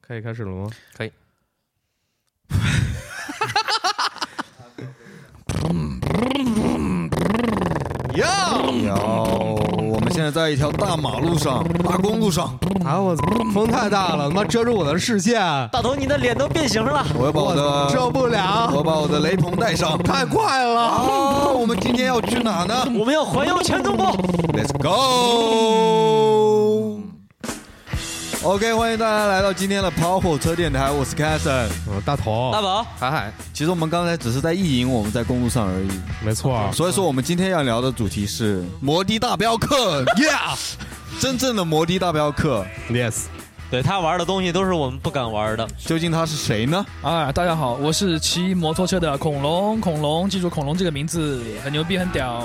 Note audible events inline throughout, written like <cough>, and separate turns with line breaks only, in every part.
可以开始了吗？
可以。
哟，我们现在在一条大马路上，大公路上，
啊，我操风太大了，他妈遮住我的视线，
大头，你的脸都变形了。
我要把我的，
遮不了，
我把我的雷朋带上。
太快了。
啊，我们今天要去哪呢
我们要环游全中国。
？Let's go。OK，欢迎大家来到今天的跑火车电台，我是 Cason。
嗯，大头
<laughs> 大，宝，
海海，
其实我们刚才只是在意淫我们在公路上而已，
没错，
所以说我们今天要聊的主题是摩的大镖客，Yeah，真正的摩的大镖客，
，yes，
对他玩的东西都是我们不敢玩的。
究竟他是谁呢？
啊，大家好，我是骑摩托车的恐龙，恐龙，记住恐龙这个名字很牛逼，很屌。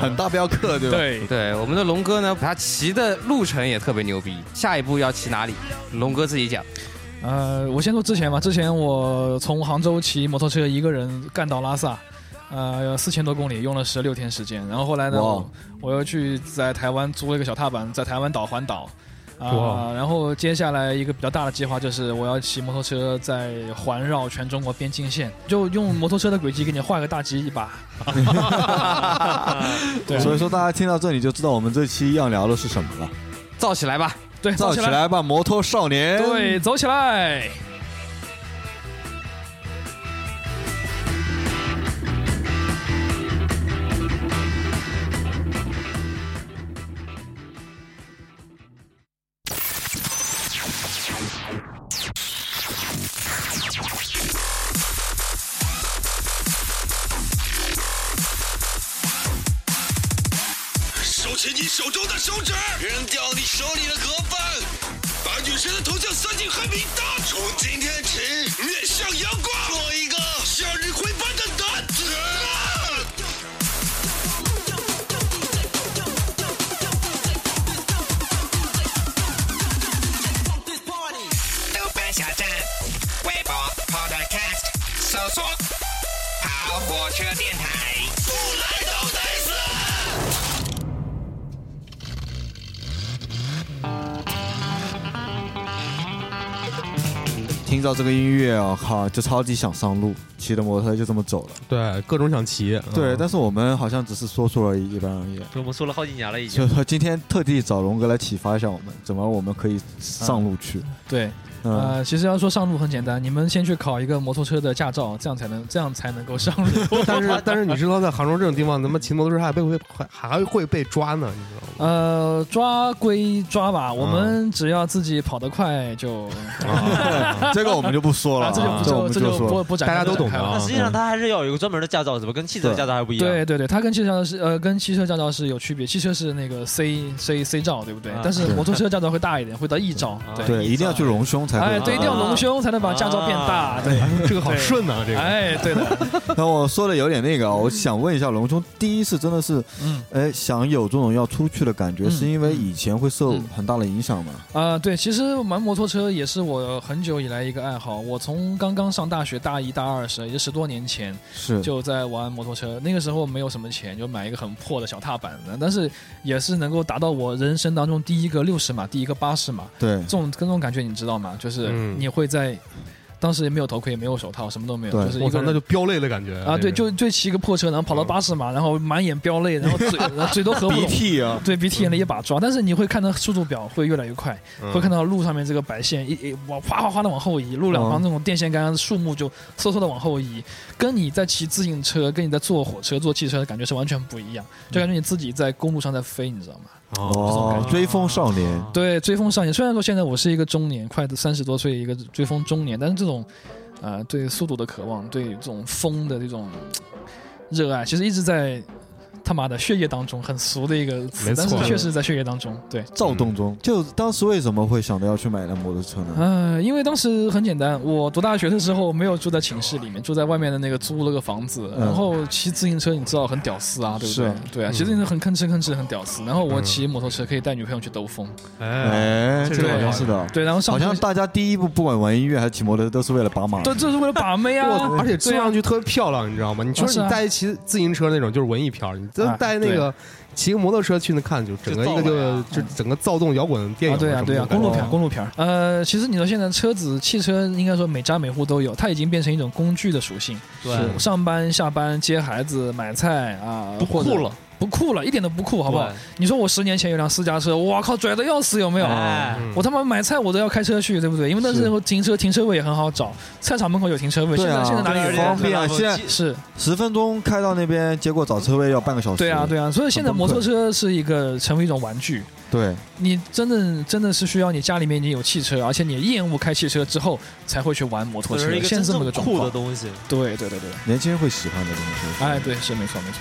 很大镖客，对吧？
对，
对我们的龙哥呢，他骑的路程也特别牛逼，下一步要骑哪里，龙哥自己讲。
呃，我先说之前吧，之前我从杭州骑摩托车一个人干到拉萨，呃，四千多公里，用了十六天时间。然后后来呢，
哇
我我又去在台湾租了一个小踏板，在台湾岛环岛。啊、
哇
然后接下来一个比较大的计划就是我要骑摩托车在环绕全中国边境线，就用摩托车的轨迹给你画个大 G 一把。对
所以说大家听到这里就知道我们这期要聊的是什么了。
造起来吧！
对，
造起
哎来。
来吧，摩托少年！
对，走起来！
手起你手中的手指，扔掉你手里的盒饭，把女神的头像塞进黑名单。从今天起，面向阳光，做一个向日葵般的男子。
豆瓣小站、微博、Podcast，搜索“跑火车电台”。
不来都得死。
听到这个音乐啊，靠，就超级想上路，骑着摩托就这么走了。
对，各种想骑，
对，
嗯
但是我们好像只是说说而已，一般而已。
嗯
我们说了好几年了，已
所以说今天特地找龙哥来启发一下我们，怎么我们可以上路去。
对，
嗯，
呃，其实要说上路很简单，你们先去考一个摩托车的驾照，这样才能这样才能够上
<laughs>
路。
但是但是你知道，在杭州这种地方，他妈骑摩托车还被会还还会被抓呢，你知道吗？
呃，抓归抓吧，我们只要自己跑得快就，
嗯
啊
<laughs> 这个我们就不说了
<laughs> 啊，
啊，
这就不
我
就
们
这
就
就
说了
不不展开
大家都懂
不展开
的
了
啊
那实际上他还是要有一个专门的驾照，是吧？跟汽车的驾照还不一样。
对对对，它跟汽车驾照是呃跟汽车驾照是有区别，汽车是那个 C C C 照，对不对
啊？
但是
对
摩托车驾照会大一点，会到 E 照。
啊
对，
对，一定要去隆胸才
哎，
会。
对，一定要隆胸才能把驾照变大。对，
这个好顺呐，这个
哎，对的，
<laughs> 那我说的有点那个啊，我想问一下龙兄，第一次真的是，
嗯。
哎，想有这种要出去的感觉，
嗯
是因为以前会受
嗯
很大的影响吗？
啊、对，其实玩摩托车也是我很久以来一个爱好。我从刚刚上大学大一大二时，也就十多年前
是，
就在玩摩托车。那个时候没有什么钱，就买一个很破的小踏板的，但是也是能够达到我人生当中第一个六十码，第一个八十码，
对
这，种跟这种感觉你知道吗？就是
嗯
你会在，当时也没有头盔，也没有手套，什么都没有，
对
就是一
我
个
操，
人
那就嗯飙泪的感觉
啊，对，就就骑个破车，然后跑到八十码，然后满眼飙泪，然后嘴然后嘴都合不
鼻
拢。
涕啊，
对鼻涕眼泪一把抓，但是你会看到速度表会越来越快，
嗯
会看到路上面这个白线一一往哗哗哗的往后移，路两
嗯
旁这种电线杆啊树木就嗖嗖的往后移，跟你在骑自行车，跟你在坐火车、坐汽车的感觉是完全不一样，就感觉你自己在公路上在飞，你知道吗？
嗯
哦，追风少年，
对，追风少年。虽然说现在我是一个中年，快三十多岁一个追风中年，但是这种，啊，对速度的渴望，对这种风的这种嘖热爱，其实一直在他妈的血液当中，很俗的一个词
没，
但是
错
确实在血液当中。对，
躁动中。就当时为什么会想到要去买辆摩托车呢？
嗯、因为当时很简单，我读大学的时候没有住在寝室里面，住在外面的那个租了个房子，
嗯
然后骑自行车，你知道很屌丝啊，对不
是
对
啊？
对啊，骑自行车很吭哧吭哧，很屌丝。然后我骑摩托车可以带女朋友去兜风，嗯
哎，
哎，
这
这
个
个好像
对
是的，
对，然后上
好像
车
大家第一步不管玩音乐还是骑摩托车，都是为了把马。
对，这是为了把妹啊
我，而且坐
对啊
上去特别漂亮，你知道吗？你就是
啊
你带一骑自行车那种，就是文艺片儿，你就
啊
带那个骑个摩托车去那看，就整个一个就就整个躁动摇滚电
嗯啊，
影
对啊，对啊，
什
公
么
路
的哦
片，公路片。呃，其实你说现在车子、汽车，应该说每家每户都有，它已经变成一种工具的属性。
对
是上班、下班、接孩子、买菜啊，
不
或者
酷了，
不酷了，一点都不酷，好不好
对？
你说我十年前有辆私家车，我靠，拽的要死，有没有？
哎，
嗯
我他妈买菜我都要开车去，对不对？因为那时候停车停车位也很好找，菜场门口有停车位，现
对
在
啊
现在哪里
对
有
啊
啊？
方便啊
然后
现在
机
是
十分钟开到那边，结果找车位要半个小时。
对啊，对啊，所以现在
很
摩
崩溃
托车是一个成为一种玩具，
对
你真的真的是需要你家里面已经有汽车，而且你厌恶开汽车之后才会去玩摩托
这
车
是一，个
现
真
在这么
正
个状
酷的
况。
东西。
对对对对，
年轻人会喜欢的东西。
哎，对，是没错没错。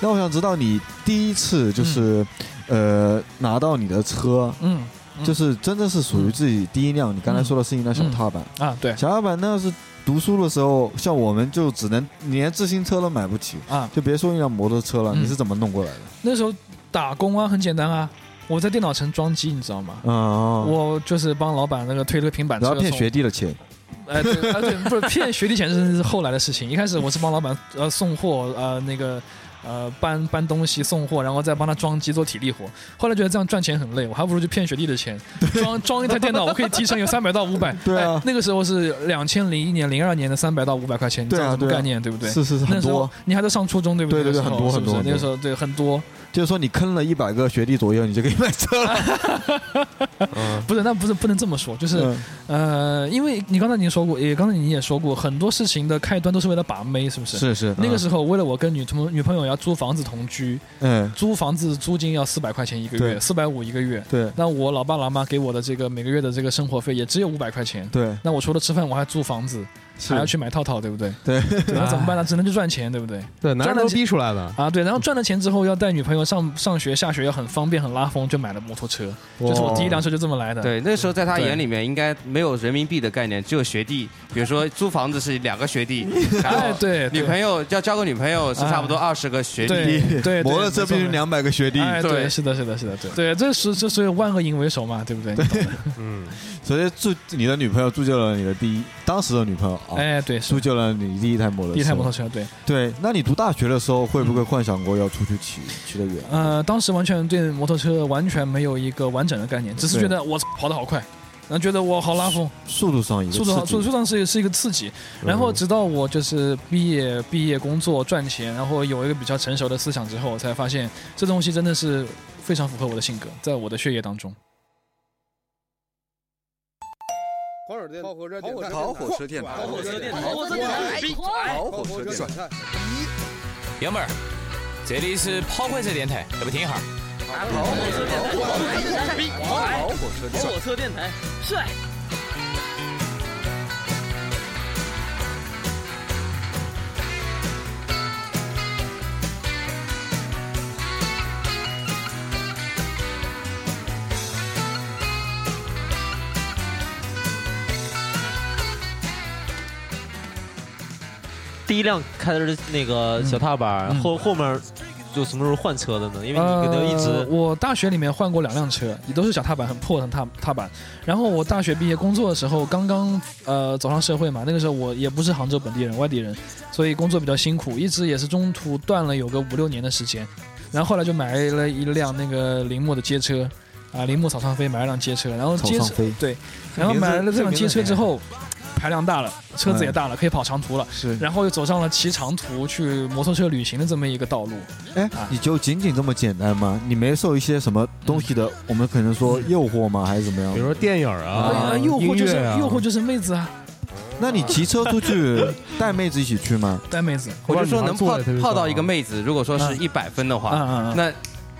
那我想知道你第一次就是，呃，拿到你的车，
嗯嗯
就是真的是属于自己第一辆。你刚才说的是一辆小踏板，
啊，对
小踏板那是读书的时候，像我们就只能连自行车都买不起，
啊，
就别说一辆摩托车了。
嗯
你是怎么弄过来的？
那时候打工啊，很简单啊，我在电脑城装机，你知道吗？
嗯，
我就是帮老板那个推了个平板车，
然后骗学弟的钱。
哎，对，啊对，不是骗学弟钱是是后来的事情。一开始我是帮老板呃送货，呃那个呃搬搬东西送货，然后再帮他装机做体力活。后来觉得这样赚钱很累，我还不如去骗学弟
<laughs>
的钱，装装一台电脑，我可以提成有三百到五百。
对啊
哎那个时候是两千零一年、零二年的三百到五百块钱，你知道
对啊
什么
对啊
概念对不对？
是是是，
那
很
时候
多。
你还在上初中对不
对对
那
对
时候
很多
是不是
很多
那个时候对很多，
就是说你坑了一百个学弟左右，你就可以买车
啊
了。
嗯，
不是那不是不能这么说，就是
嗯
呃，因为你刚才你说过，也刚才你也说过，很多事情的开端都是为了把妹，是不是？
是嗯是，
那个
是
时候，为了我跟女同女朋友要租房子同居，
嗯，
租房子租金要四百块钱一个月，
对
四百五一个月。
对
那我老爸老妈给我的这个每个月的这个生活费也只有五百块钱。
对，
那我除了吃饭，我还租房子，还要去买套套，对不对？
对
那怎么办呢？只能去赚钱，对不对？
对，男人都逼出来的，
啊，对。然后赚了钱之后，要带女朋友上上学、下学，要很方便、很拉风，就买了摩托车。就是我第一辆车就这么来的。
对，那时候在他
对
眼里面应该没有人民币的概念，只有学弟。比如说租房子是两个学弟，然后
哎，对，对
女朋友要交个女朋友是差不多二十个学弟。
对对对，
摩托车必须
没错
两百个学弟，
哎，对，
对
是的，是的，是的，对，对，这是这所以万恶淫为首嘛，对不对？你懂的
嗯，
所以铸你的女朋友铸就了你的第一当时的女朋友啊，
哎，对，是
铸就了你第一台摩托车。
第一台摩托车，对，
对，那你读大学的时候会不会幻想过要出去骑骑得远？
呃，当时完全对摩托车完全没有一个完整的概念，只是觉得我操跑得好快，然后觉得我好拉风，
速度上一个
速度好，速
刺
度
激，
上是是一个刺激。然
嗯
后直到我就是毕业毕业工作赚钱，然后有一个比较成熟的思想之后，我才发现这东西真的是非常符合我的性格，在我的血液当中。
跑火车，跑火车，
跑火车电台，跑火车电台，跑火车电台，跑火车转台，
爷们儿，这里是跑火车电台，要不听一下？
跑火车电台。
火车电台，第一辆开的是那个小踏板，
嗯
后后面就什么时候换车的呢？因为你可能一直、
呃，我大学里面换过两辆车，也都是小踏板，很破的踏踏板。然后我大学毕业工作的时候，刚刚呃走上社会嘛，那个时候我也不是杭州本地人，外地人，所以工作比较辛苦，一直也是中途断了有个五六年的时间。然后后来就买了一辆那个铃木的街车，啊，铃木草上飞买了辆街车，然后
草
街
上
车
飞
对，然后买了这辆街车之后，排量大了，车子也大了，可以跑长途了。
是，
然后又走上了骑长途去摩托车旅行的这么一个道路，
哎
啊，
你就仅仅这么简单吗？你没受一些什么东西的，我们可能说诱惑吗，还是怎么样
比？如说电影啊，
啊，诱惑就是
音乐啊
诱惑就是妹子啊，
那你骑车出
<laughs>
去带妹子一起去吗？
带妹子
我就说
我
能
不知道你还做
泡
得特别
泡到
棒
一个妹子，如果说是
嗯
一百分的
啊
话，
啊啊！
那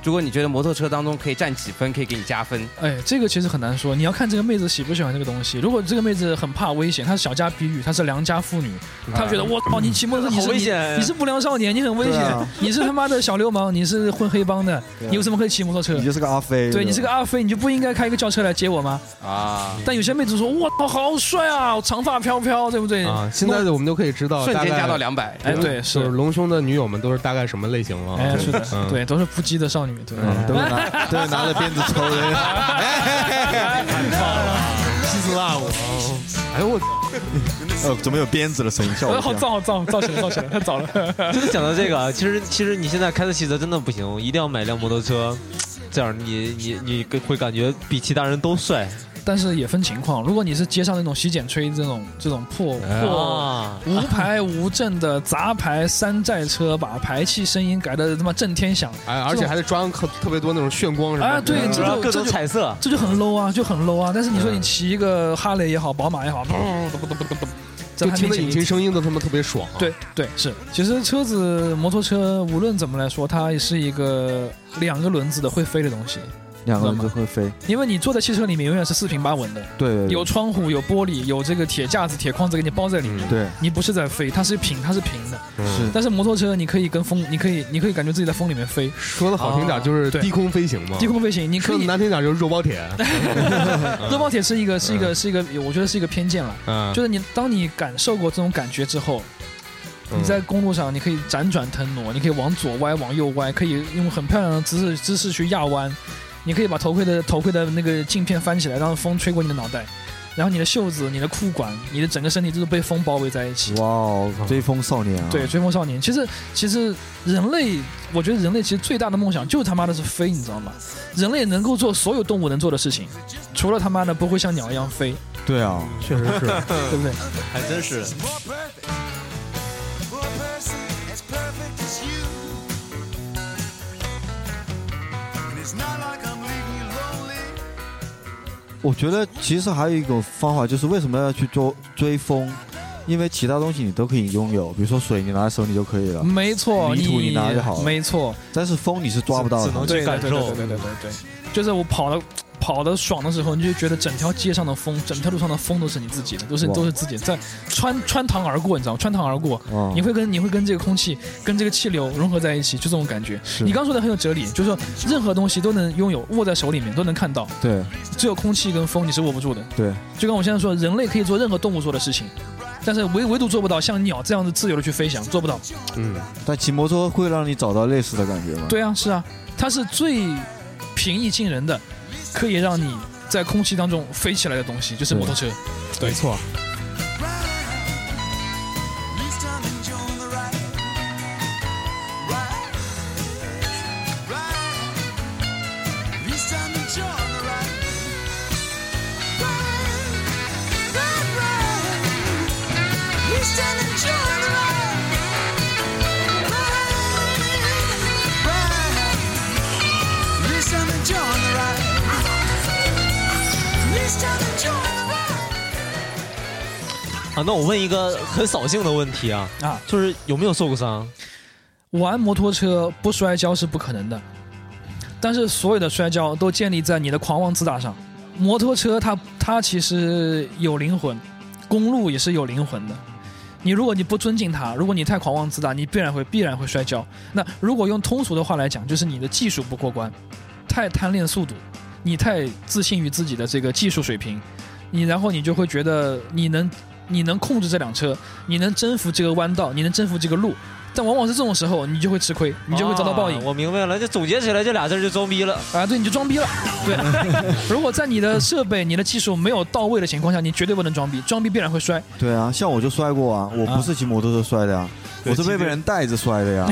如果你觉得摩托车当中可以占几分，可以给你加分。
哎，这个其实很难说，你要看这个妹子喜不喜欢这个东西。如果这个妹子很怕危险，她是小家碧玉，她是良家妇女，她觉得我操，你骑摩托车你
好
是
危险
你，你是不良少年，你很危
对
险
啊，
你是他妈的小流氓，你是混黑帮的，你为什么可以骑摩托车
你？就是个阿飞，
对你是个阿飞，你就不应该开一个轿车来接我吗？
啊，
但有些妹子说，我操，好帅啊，长发飘飘，对不对？
啊，现在我们就可以知道，
瞬
大
间
概
加到两百。
哎，对，
就是是，隆胸的女友们都是大概什么类型了？
哎，是的，
嗯，
对，都是不羁的少女，对。 <laughs>
嗯，都是拿都是拿着鞭子抽的。
太棒了！
死了我！哎呦我，
呃，怎么有鞭子的声音？像我
呃，
一
<laughs> 好
样。
燥好燥，燥起来，燥起来，太早了。
真的讲到这个啊，其实其实你现在开车骑车真的不行，一定要买辆摩托车，这样你你你会感觉比其他人都帅
但是也分情况，如果你是街上那种洗剪吹这种这种破
哎
破
啊！
无牌无证的杂牌山寨车，把排气声音改的他妈震天响，
哎，而且还得装特特别多那种炫光什么的。嗯
啊，对，这
然后
就
各
这
种
就
彩色，
这就很 low 啊，就很 low 啊。但是你说你骑一个哈雷也好，宝马也好，
就
这还
哎听
明
着
显
引
一
擎声音都他妈特别爽。，啊
对对是，其实车子、摩托车无论怎么来说，它也是一个两个轮子的会飞的东西，
两个人就会飞，
因为你坐在汽车里面永远是四平八稳的，
对，
有窗户、有玻璃、有这个铁架子、铁框子给你包在里
嗯
面，
对
你不是在飞，它是平，它是平的。
是
嗯但是摩托车你可以跟风，你可以你可以感觉自己在风里面飞，
说的好听点就是
对
低空飞行嘛，
低空飞行，你可
说的
以。呃
难听点就是肉包铁。
热包铁是一个是一个是一个，我觉得是一个偏见了。
嗯，
就是你当你感受过这种感觉之后，
嗯
你在公路上你可以辗转腾挪，你可以往左歪，往右歪，可以用很漂亮的姿势姿势去压弯，你可以把头盔的头盔的那个镜片翻起来，让风吹过你的脑袋，然后你的袖子、你的裤管、你的整个身体都被风包围在一起。
哇哦，追风少年啊！
对，，追风少年，其实其实人类，我觉得人类其实最大的梦想就是他妈的是飞，你知道吗？人类能够做所有动物能做的事情，除了他妈的不会像鸟一样飞，
对啊，
确实是。
对不对？
还真是。
我觉得其实还有一种方法，就是为什么要去追追风？因为其他东西你都可以拥有，比如说水你拿在手里就可以了，
没错，
啊泥土你拿就好了
没错，
但是风你是抓不到
只能
的。
去
对
感受
对对对对对对对，就是我跑的跑的爽的时候，你就觉得整条街上的风，整条路上的风都是你自己的，都是
哇
都是自己的在穿穿堂而过，你知道吗？穿堂而过，
嗯
哦
你会跟你会跟这个空气跟这个气流融合在一起，就这种感觉。
是
你刚说的很有哲理，就是说任何东西都能拥有，握在手里面都能看到，
对
只有空气跟风你是握不住的。
对，
就跟我现在说，人类可以做任何动物做的事情。但是唯唯独做不到像鸟这样子自由的去飞翔，做不到。
<laughs> 嗯，
但骑摩托会让你找到类似的感觉吗？
对啊，是啊，它是最平易近人的，可以让你在空气当中飞起来的东西，就是摩托车。
没错。
啊，那我问一个很扫兴的问题啊，
啊，
就是有没有受过伤？
玩摩托车不摔跤是不可能的，但是所有的摔跤都建立在你的狂妄自大上。摩托车它它其实有灵魂，公路也是有灵魂的。你如果你不尊敬它，如果你太狂妄自大，你必然会必然会摔跤。那如果用通俗的话来讲，就是你的技术不过关，太贪恋速度，你太自信于自己的这个技术水平，你然后你就会觉得你能你能控制这辆车，你能征服这个弯道，你能征服这个路，但往往是这种时候，你就会吃亏，你就会遭到报应
啊。我明白了，就总结起来这俩字儿就装逼了。
啊，对，你就装逼了。对， <laughs> 如果在你的设备、你的技术没有到位的情况下，你绝对不能装逼，装逼必然会摔。
对啊，像我就摔过啊，我不是骑摩托车摔的呀、我是被别人带着摔的
<laughs>
呀。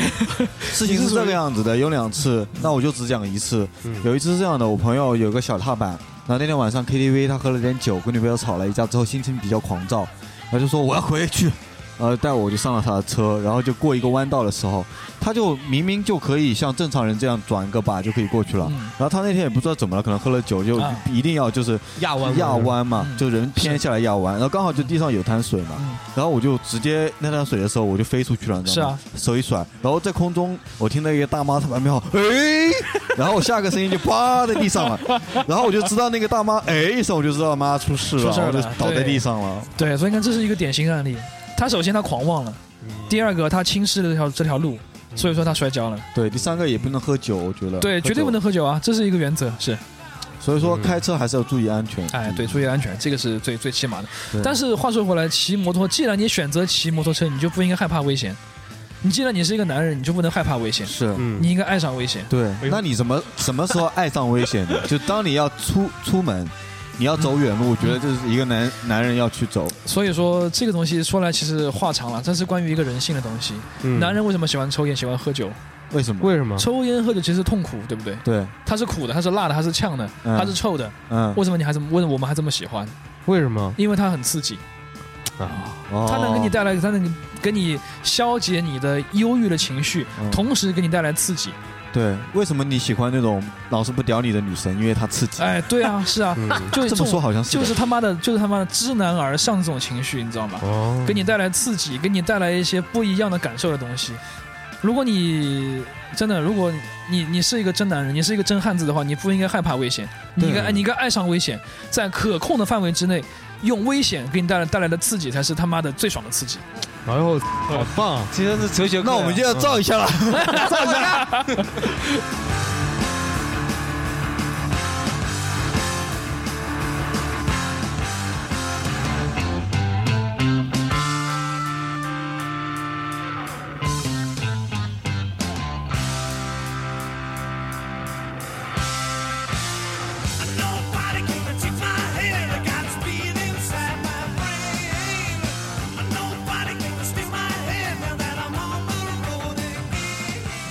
事情是这个样子的，有两次，
嗯
那我就只讲一次。有一次是这样的，我朋友有个小踏板，然后那天晚上 KTV 他喝了点酒，跟女朋友吵了一架之后，心情比较狂躁，他就说我要回去，呃，带我就上了他的车，然后就过一个弯道的时候，他就明明就可以像正常人这样转个把就可以过去了，
嗯
然后他那天也不知道怎么了，可能喝了酒就
啊
一定要就是
压弯
压弯嘛，
嗯
就人偏下来压弯，然后刚好就地上有滩水嘛，
嗯
然后我就直接那滩水的时候我就飞出去了，你知
啊
道吗？手一甩，然后在空中我听到一个大妈她旁边喊哎，然后我下个声音就啪在地上了，然后我就知道那个大妈哎一声，我就知道妈出事了，
出事了
我就倒在地上了。
对，所以你看，这是一个典型案例。他首先他狂妄了，第二个他轻视了这条这条路，所以说他摔跤了。
对，第三个也不能喝酒，我觉得
对，
嗯喝酒
绝对不能喝酒啊，这是一个原则。是，
所以说开车还是要注意安全。
哎，对，注意安全，这个是最最起码的
嗯对。
但是话说回来，骑摩托，既然你选择骑摩托车，你就不应该害怕危险。你既然你是一个男人，你就不能害怕危险，
是。
嗯
你应该爱上危险。 <laughs>
对，那你怎么什么时候爱上危险的？就当你要出出门，你要走远路，我觉得这是一个男男人要去走。
所以说这个东西说来其实话长了，这是关于一个人性的东西。
嗯
男人为什么喜欢抽烟、喜欢喝酒？
为什么？
为什么？
抽烟喝酒其实痛苦，对不对？
对，
它是苦的，它是辣的，它是呛的，
嗯
它是臭的。
嗯，
为什么你还这么？为什么我们还这么喜欢？
为什么？
因为它很刺激，它
他
能给你带来，它能给你消解你的忧郁的情绪，
嗯
同时给你带来刺激。
哦对，为什么你喜欢那种老是不屌你的女生？因为她刺激。
哎，对啊，是
<laughs>
啊， <laughs>
嗯，
就是
这么
种
说好像是的
就是他妈的，就是他妈的知难而上这种情绪，你知道吗？
哦，
给你带来刺激，给你带来一些不一样的感受的东西。如果你真的，如果你你是一个真男人，你是一个真汉子的话，你不应该害怕危险，你应该你应该爱上危险，在可控的范围之内，用危险给你带来带来的刺激才是他妈的最爽的刺激。
然
<laughs>
后哎好棒，啊
今天是哲学课呀，
那我们就要造一下了。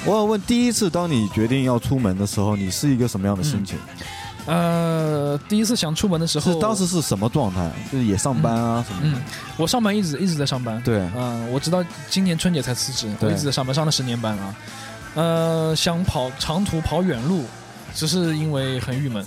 我想问，第一次当你决定要出门的时候，你是一个什么样的心情？
哦呃，第一次想出门的时候，
是当时是什么状态？就是也上班啊什么
嗯
的。，
我上班一直一直在上班，
对，
嗯，我直到今年春节才辞职，
对
我一直在上班，上了十年班啊。呃，想跑长途跑远路，只是因为很郁闷，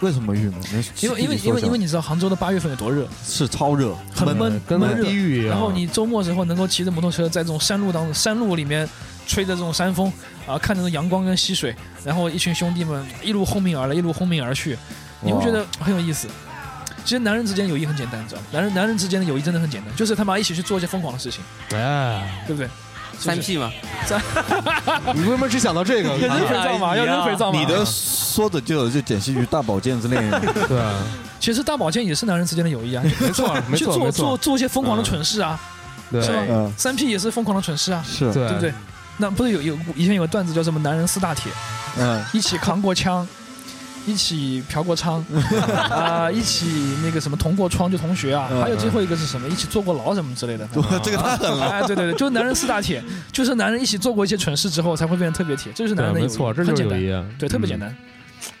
为什么郁闷？
因为因为因为因为
你
你知道杭州的八月份有多热，
是超热，哦
很闷
跟
闷
那地
热，
狱一样。
然后你周末的时候能够骑着摩托车在这种山路当中，山路里面吹着这种山风啊，看着这种阳光跟溪水，然后一群兄弟们一路轰鸣而来，一路轰鸣而去，你会觉得很有意思。其实男人之间友谊很简单，你知道吗？男人男人之间的友谊真的很简单，
嗯
就是他妈一起去做一些疯狂的事情，
哎，
对不对？是不
三
是
P 吗？
你为什么只想到这
<laughs>
个？
要扔
啊
肥皂嘛，要扔肥皂嘛。
你的说着就有就简溪鱼大保健之类的。
<laughs>
对，啊
其实大保健也是男人之间的友谊啊，
没错，没
去
错，
做
没
做
错，
做一些疯狂的蠢事啊，
对
是吧？
嗯，
三 P 也是疯狂的蠢事啊，
是，
对
对不对？？那不是有有以前有个段子叫什么“男人四大铁
嗯，”，
一起扛过枪，一起嫖过娼，啊、一起那个什么同过窗就同学啊，
嗯
还有最后一个是什么？一起坐过牢什么之类的。
我这个
<laughs>
太狠了。
哎，对对对，就是男人四大铁，就是男人一起做过一些蠢事之后才会变得特别铁，这就是男
对，
人的友
没
谊，
错，这
很
就是
简
友
单，
谊啊。
对，特别简单。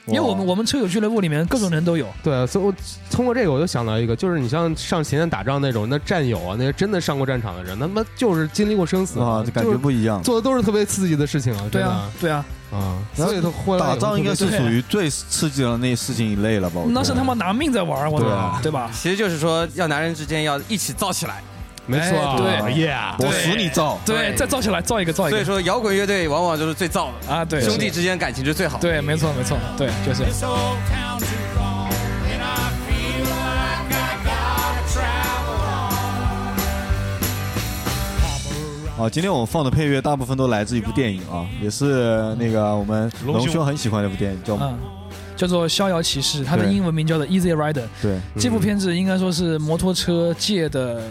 因为
哇
我们我们车友俱乐部里面各种人都有，
对，所以我通过这个我就想到一个，就是你像上前线打仗那种，那战友啊，那些真的上过战场的人，他妈就是经历过生死
啊，这感
就
觉
是
不一样。
做的都是特别刺激的事情啊，
对啊，对啊，
真的啊，
然后
所以他后来
打
也
仗应该是
对
属于最刺激的那事情一类了吧？我觉得
那是他妈拿命在玩儿，我
对
操
啊，
对吧？
其实就是说，要男人之间要一起造起来。
没错啊，
哎
对
耶，
我死你造。
对，再造起来，造一个，造一
所以
个
说，摇滚乐队往往就是最造的，
啊！对，
兄弟，之间感情是最好的。
对，没错，没错，对，就是。
啊，今天我们放的配乐大部分都来自一部电影啊，也是那个我们龙兄很喜欢的一部电影，叫
嗯，叫做《逍遥骑士》，它的
对
英文名叫做《Easy Rider》。
对
这部片子应该说是摩托车界的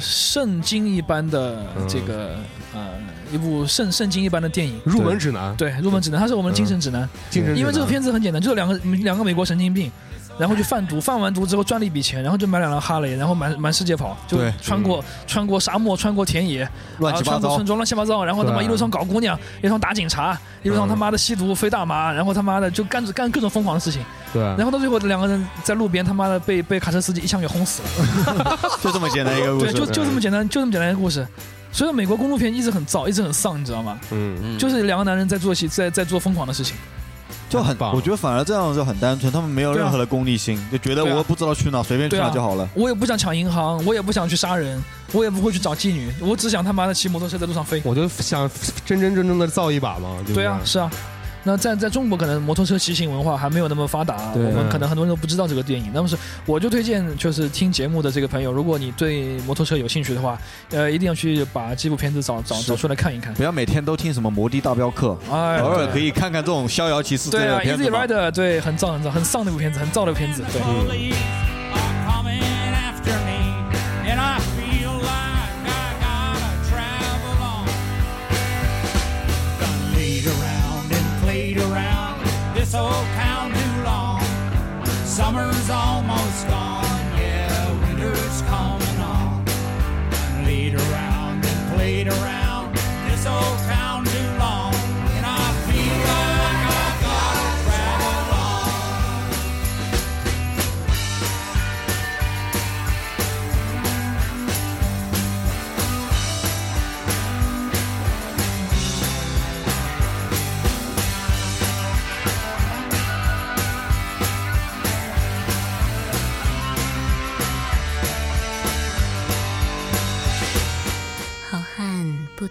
圣经一般的这个呃一部圣圣经一般的电影。
入门指南，
对，入门指南，它是我们的精神指南。
精神指南
因为这个片子很简单，就是两个两个美国神经病，然后就贩毒，贩完毒之后赚了一笔钱，然后就买两辆哈雷，然后满满世界跑，就
对
穿过、穿过沙漠，穿过田野，
乱七八
然后穿过
糟
村。庄乱七八糟，然后他妈
对
一路上搞姑娘，一路上打警察，一路上他妈的吸毒、飞大麻，然后他妈的就干干各种疯狂的事情，
对，
然后到最后两个人在路边他妈的被被卡车司机一枪给轰死了，
就这么简单一个故
对，
事。嗯
就就这么简单，就这么简单一个故事。所以美国公路片一直很燥，一直很丧，你知道吗？
嗯，
嗯，
就是两个男人在做起在在做疯狂的事情。
就很
很，棒
我觉得反而这样就很单纯，他们没有
对啊
任何的功利性，就觉得
对啊
我不知道去哪，随便去
对啊
哪就好了。
我也不想抢银行，我也不想去杀人，我也不会去找妓女，我只想他妈的骑摩托车在路上飞。
我就想真真正正的造一把嘛，
对啊，，是啊。那在在中国，可能摩托车骑行文化还没有那么发达啊，我
对
们可能很多人都不知道这个电影。那么是，我就推荐就是听节目的这个朋友，如果你对摩托车有兴趣的话，呃，一定要去把这部片子找找
是
找出来看一看。
不要每天都听什么摩的大镖客，
哎，
偶尔可以看看这种逍遥骑士之类
对
的
啊
片子
，Easy
吧。
Rider，对，很燥很燥很丧的一部片子，很燥的片子，对。
Played around this old town too long. Summer's on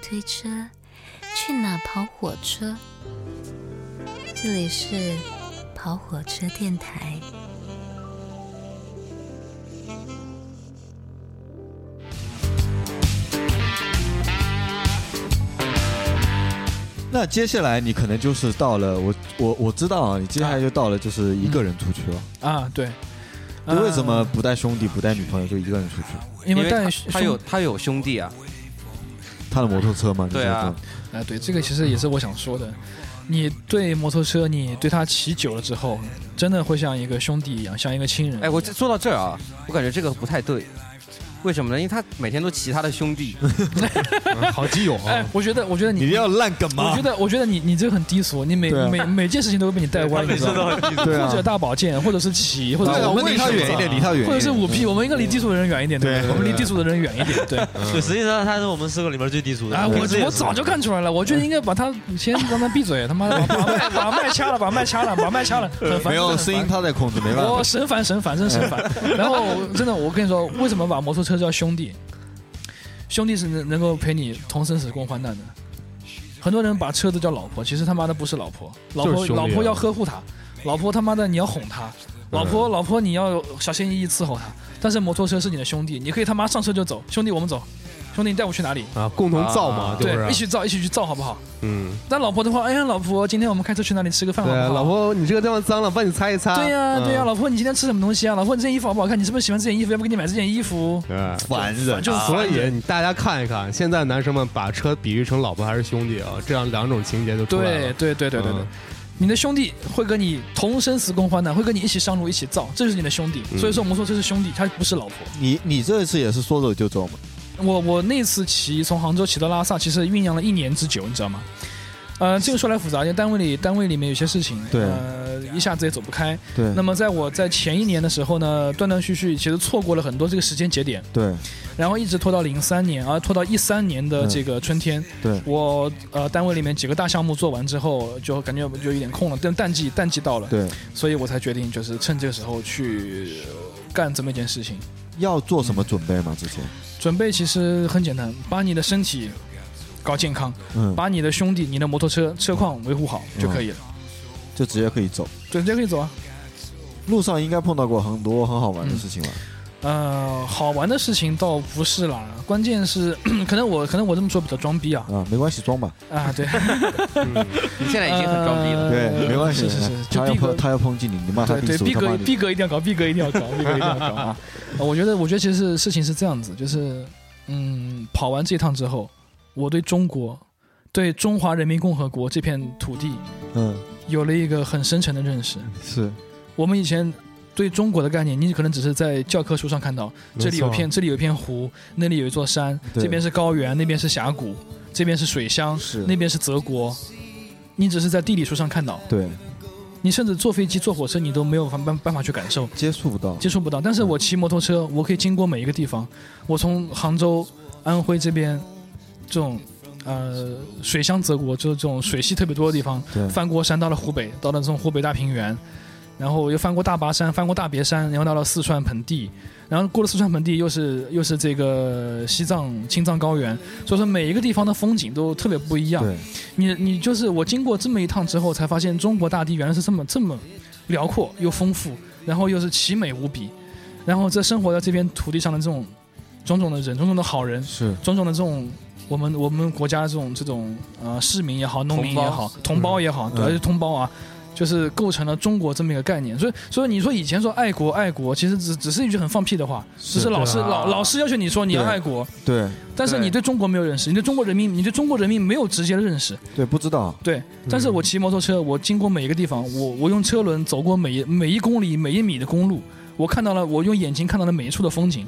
推车，去哪跑火车？这里是跑火车电台。
那接下来你可能就是到了我我我知道啊，你接下来就到了就是一个人出去了。
啊，对。呃
你
嗯
为什么不带兄弟不带女朋友就一个人出去？
因为带
他
兄
他有他有兄弟啊，
他的摩托车吗？你
对啊
啊，对，这个其实也是我想说的。你对摩托车，你对它骑久了之后，真的会像一个兄弟一样，像一个亲人。
哎，我这说到这儿啊，我感觉这个不太对，为什么呢？因为他每天都骑他的兄
<laughs>
弟，
好基友啊
哎，我觉得，我觉得你，
你要烂梗
我
吗
觉？得，我觉得你，你这个很低俗，你每、
对啊
每每件事情都会被你带歪，你知道吗？
对啊
或者大保健，或者是骑，或者
对
是
啊，我们离他远一点，离他远一点。嗯
或者是五 P，我们应该离低俗的人远一点，对不对？
对
我们离低俗的人远一点，对。
对，实际上他是我们四个里面最低俗的。
啊，我
平时也
我
是
早就看出来了，我就应该把他先让他闭嘴，他妈的把把麦把麦掐了，把麦掐了，把麦掐了，很烦。
没有
真的很烦
声音，他在控制，没办
我
法。
神烦神烦真神烦。然后真的，我跟你说，为什么把摩托车叫兄弟？兄弟是能能够陪你同生死共患难的。很多人把车子叫老婆，其实他妈的不是老婆，老
就
婆
是兄弟啊
老婆要呵护她，老婆他妈的你要哄她，老婆老婆你要小心翼翼伺候她。但是摩托车是你的兄弟，你可以他妈上车就走，兄弟我们走，兄弟你带我去哪里？
啊，共同造嘛，
啊
就
对，一
是
起造一起去造好不好？
嗯，
但老婆的话，哎呀，老婆，今天我们开车去哪里吃个饭
对
好啊不好？，
老。婆，你这个地方脏了，帮你擦一擦。
对呀、
嗯
对呀、老婆，你今天吃什么东西啊？老婆，你这件衣服好不好看？你是不是喜欢这件衣服？要不给你买这件衣服？
对。
烦人，啊
就是
所以啊你大家看一看，现在男生们把车比喻成老婆还是兄弟啊，这样两种情节就出来了
对。对对对对对
嗯，
你的兄弟会跟你同生死共患难，会跟你一起上路一起造，这就是你的兄弟。
嗯
所以说我们说这是兄弟，他不是老婆。
你你这次也是说走就走嘛？
我我那次骑从杭州骑到拉萨，其实酝酿了一年之久，你知道吗？呃，这个说来复杂，因为单位里单位里面有些事情，
对
呃，一下子也走不开。
对
那么在我在前一年的时候呢，断断续续其实错过了很多这个时间节点，
对
然后一直拖到零三年，啊，拖到一三年的这个春天，
对
我呃单位里面几个大项目做完之后，就感觉就有点空了，但淡季淡季到了，
对，
所以我才决定就是趁这个时候去呃干这么一件事情。
要做什么准备吗？之前，
准备其实很简单，把你的身体搞健康，
嗯，
把你的兄弟、你的摩托车车况维护好就可以了，
就直接可以走。
对，直接可以走啊。
路上应该碰到过很多很好玩的事情吧？
呃，好玩的事情倒不是啦，关键是 <clears throat> 可能我可能我这么说比较装逼啊
啊，没关系，装吧。 <laughs>
啊，对，
你现在已经很装逼了。
呃
对，没关系。
是是是，就
他要
逼格
抨，他要抨击你，你骂他
对
逼
对，
数，
逼
他骂
格
你
逼格一定要搞，逼格一定要搞，逼格一定要搞啊！
<laughs>
呃我觉得，我觉得其实事情是这样子，就是嗯，跑完这一趟之后，我对中国，对中华人民共和国这片土地
嗯，
有了一个很深沉的认识。
是
我们以前对中国的概念，你可能只是在教科书上看到，
没错
这里有片，这里有一片湖，那里有一座山，
对
这边是高原，那边是峡谷，这边是水乡，
是
那边是泽国。你只是在地理书上看到，
对，
你甚至坐飞机、坐火车，你都没有办办办法去感受。
接触不到。嗯
接触不到。但是我骑摩托车，我可以经过每一个地方。我从杭州、安徽这边，这种呃水乡泽国，就是这种水系特别多的地方，
对
翻过山到了湖北，到了这种湖北大平原，然后又翻过大拔山，翻过大别山，然后到了四川盆地，然后过了四川盆地，又是又是这个西藏青藏高原，所以说每一个地方的风景都特别不一样。
对，
你你就是我经过这么一趟之后，才发现中国大地原来是这么这么辽阔又丰富，然后又是奇美无比，然后这生活在这片土地上的这种种种的人，种种的好人，
是
种种的这种我们我们国家这种这种呃市民也好，农民也好，同胞也好，对，而且同胞啊。就是构成了中国这么一个概念，所以所以你说以前说爱国爱国，其实只只是一句很放屁的话，只是老师老老师要求你说你要
对
爱国，
对
但是
对
你对中国没有认识，你对中国人民你对中国人民没有直接的认识，
对，不知道。
对，但是我骑摩托车，我经过每一个地方，我我用车轮走过每一每一公里、每一米的公路，我看到了，我用眼睛看到了每一处的风景，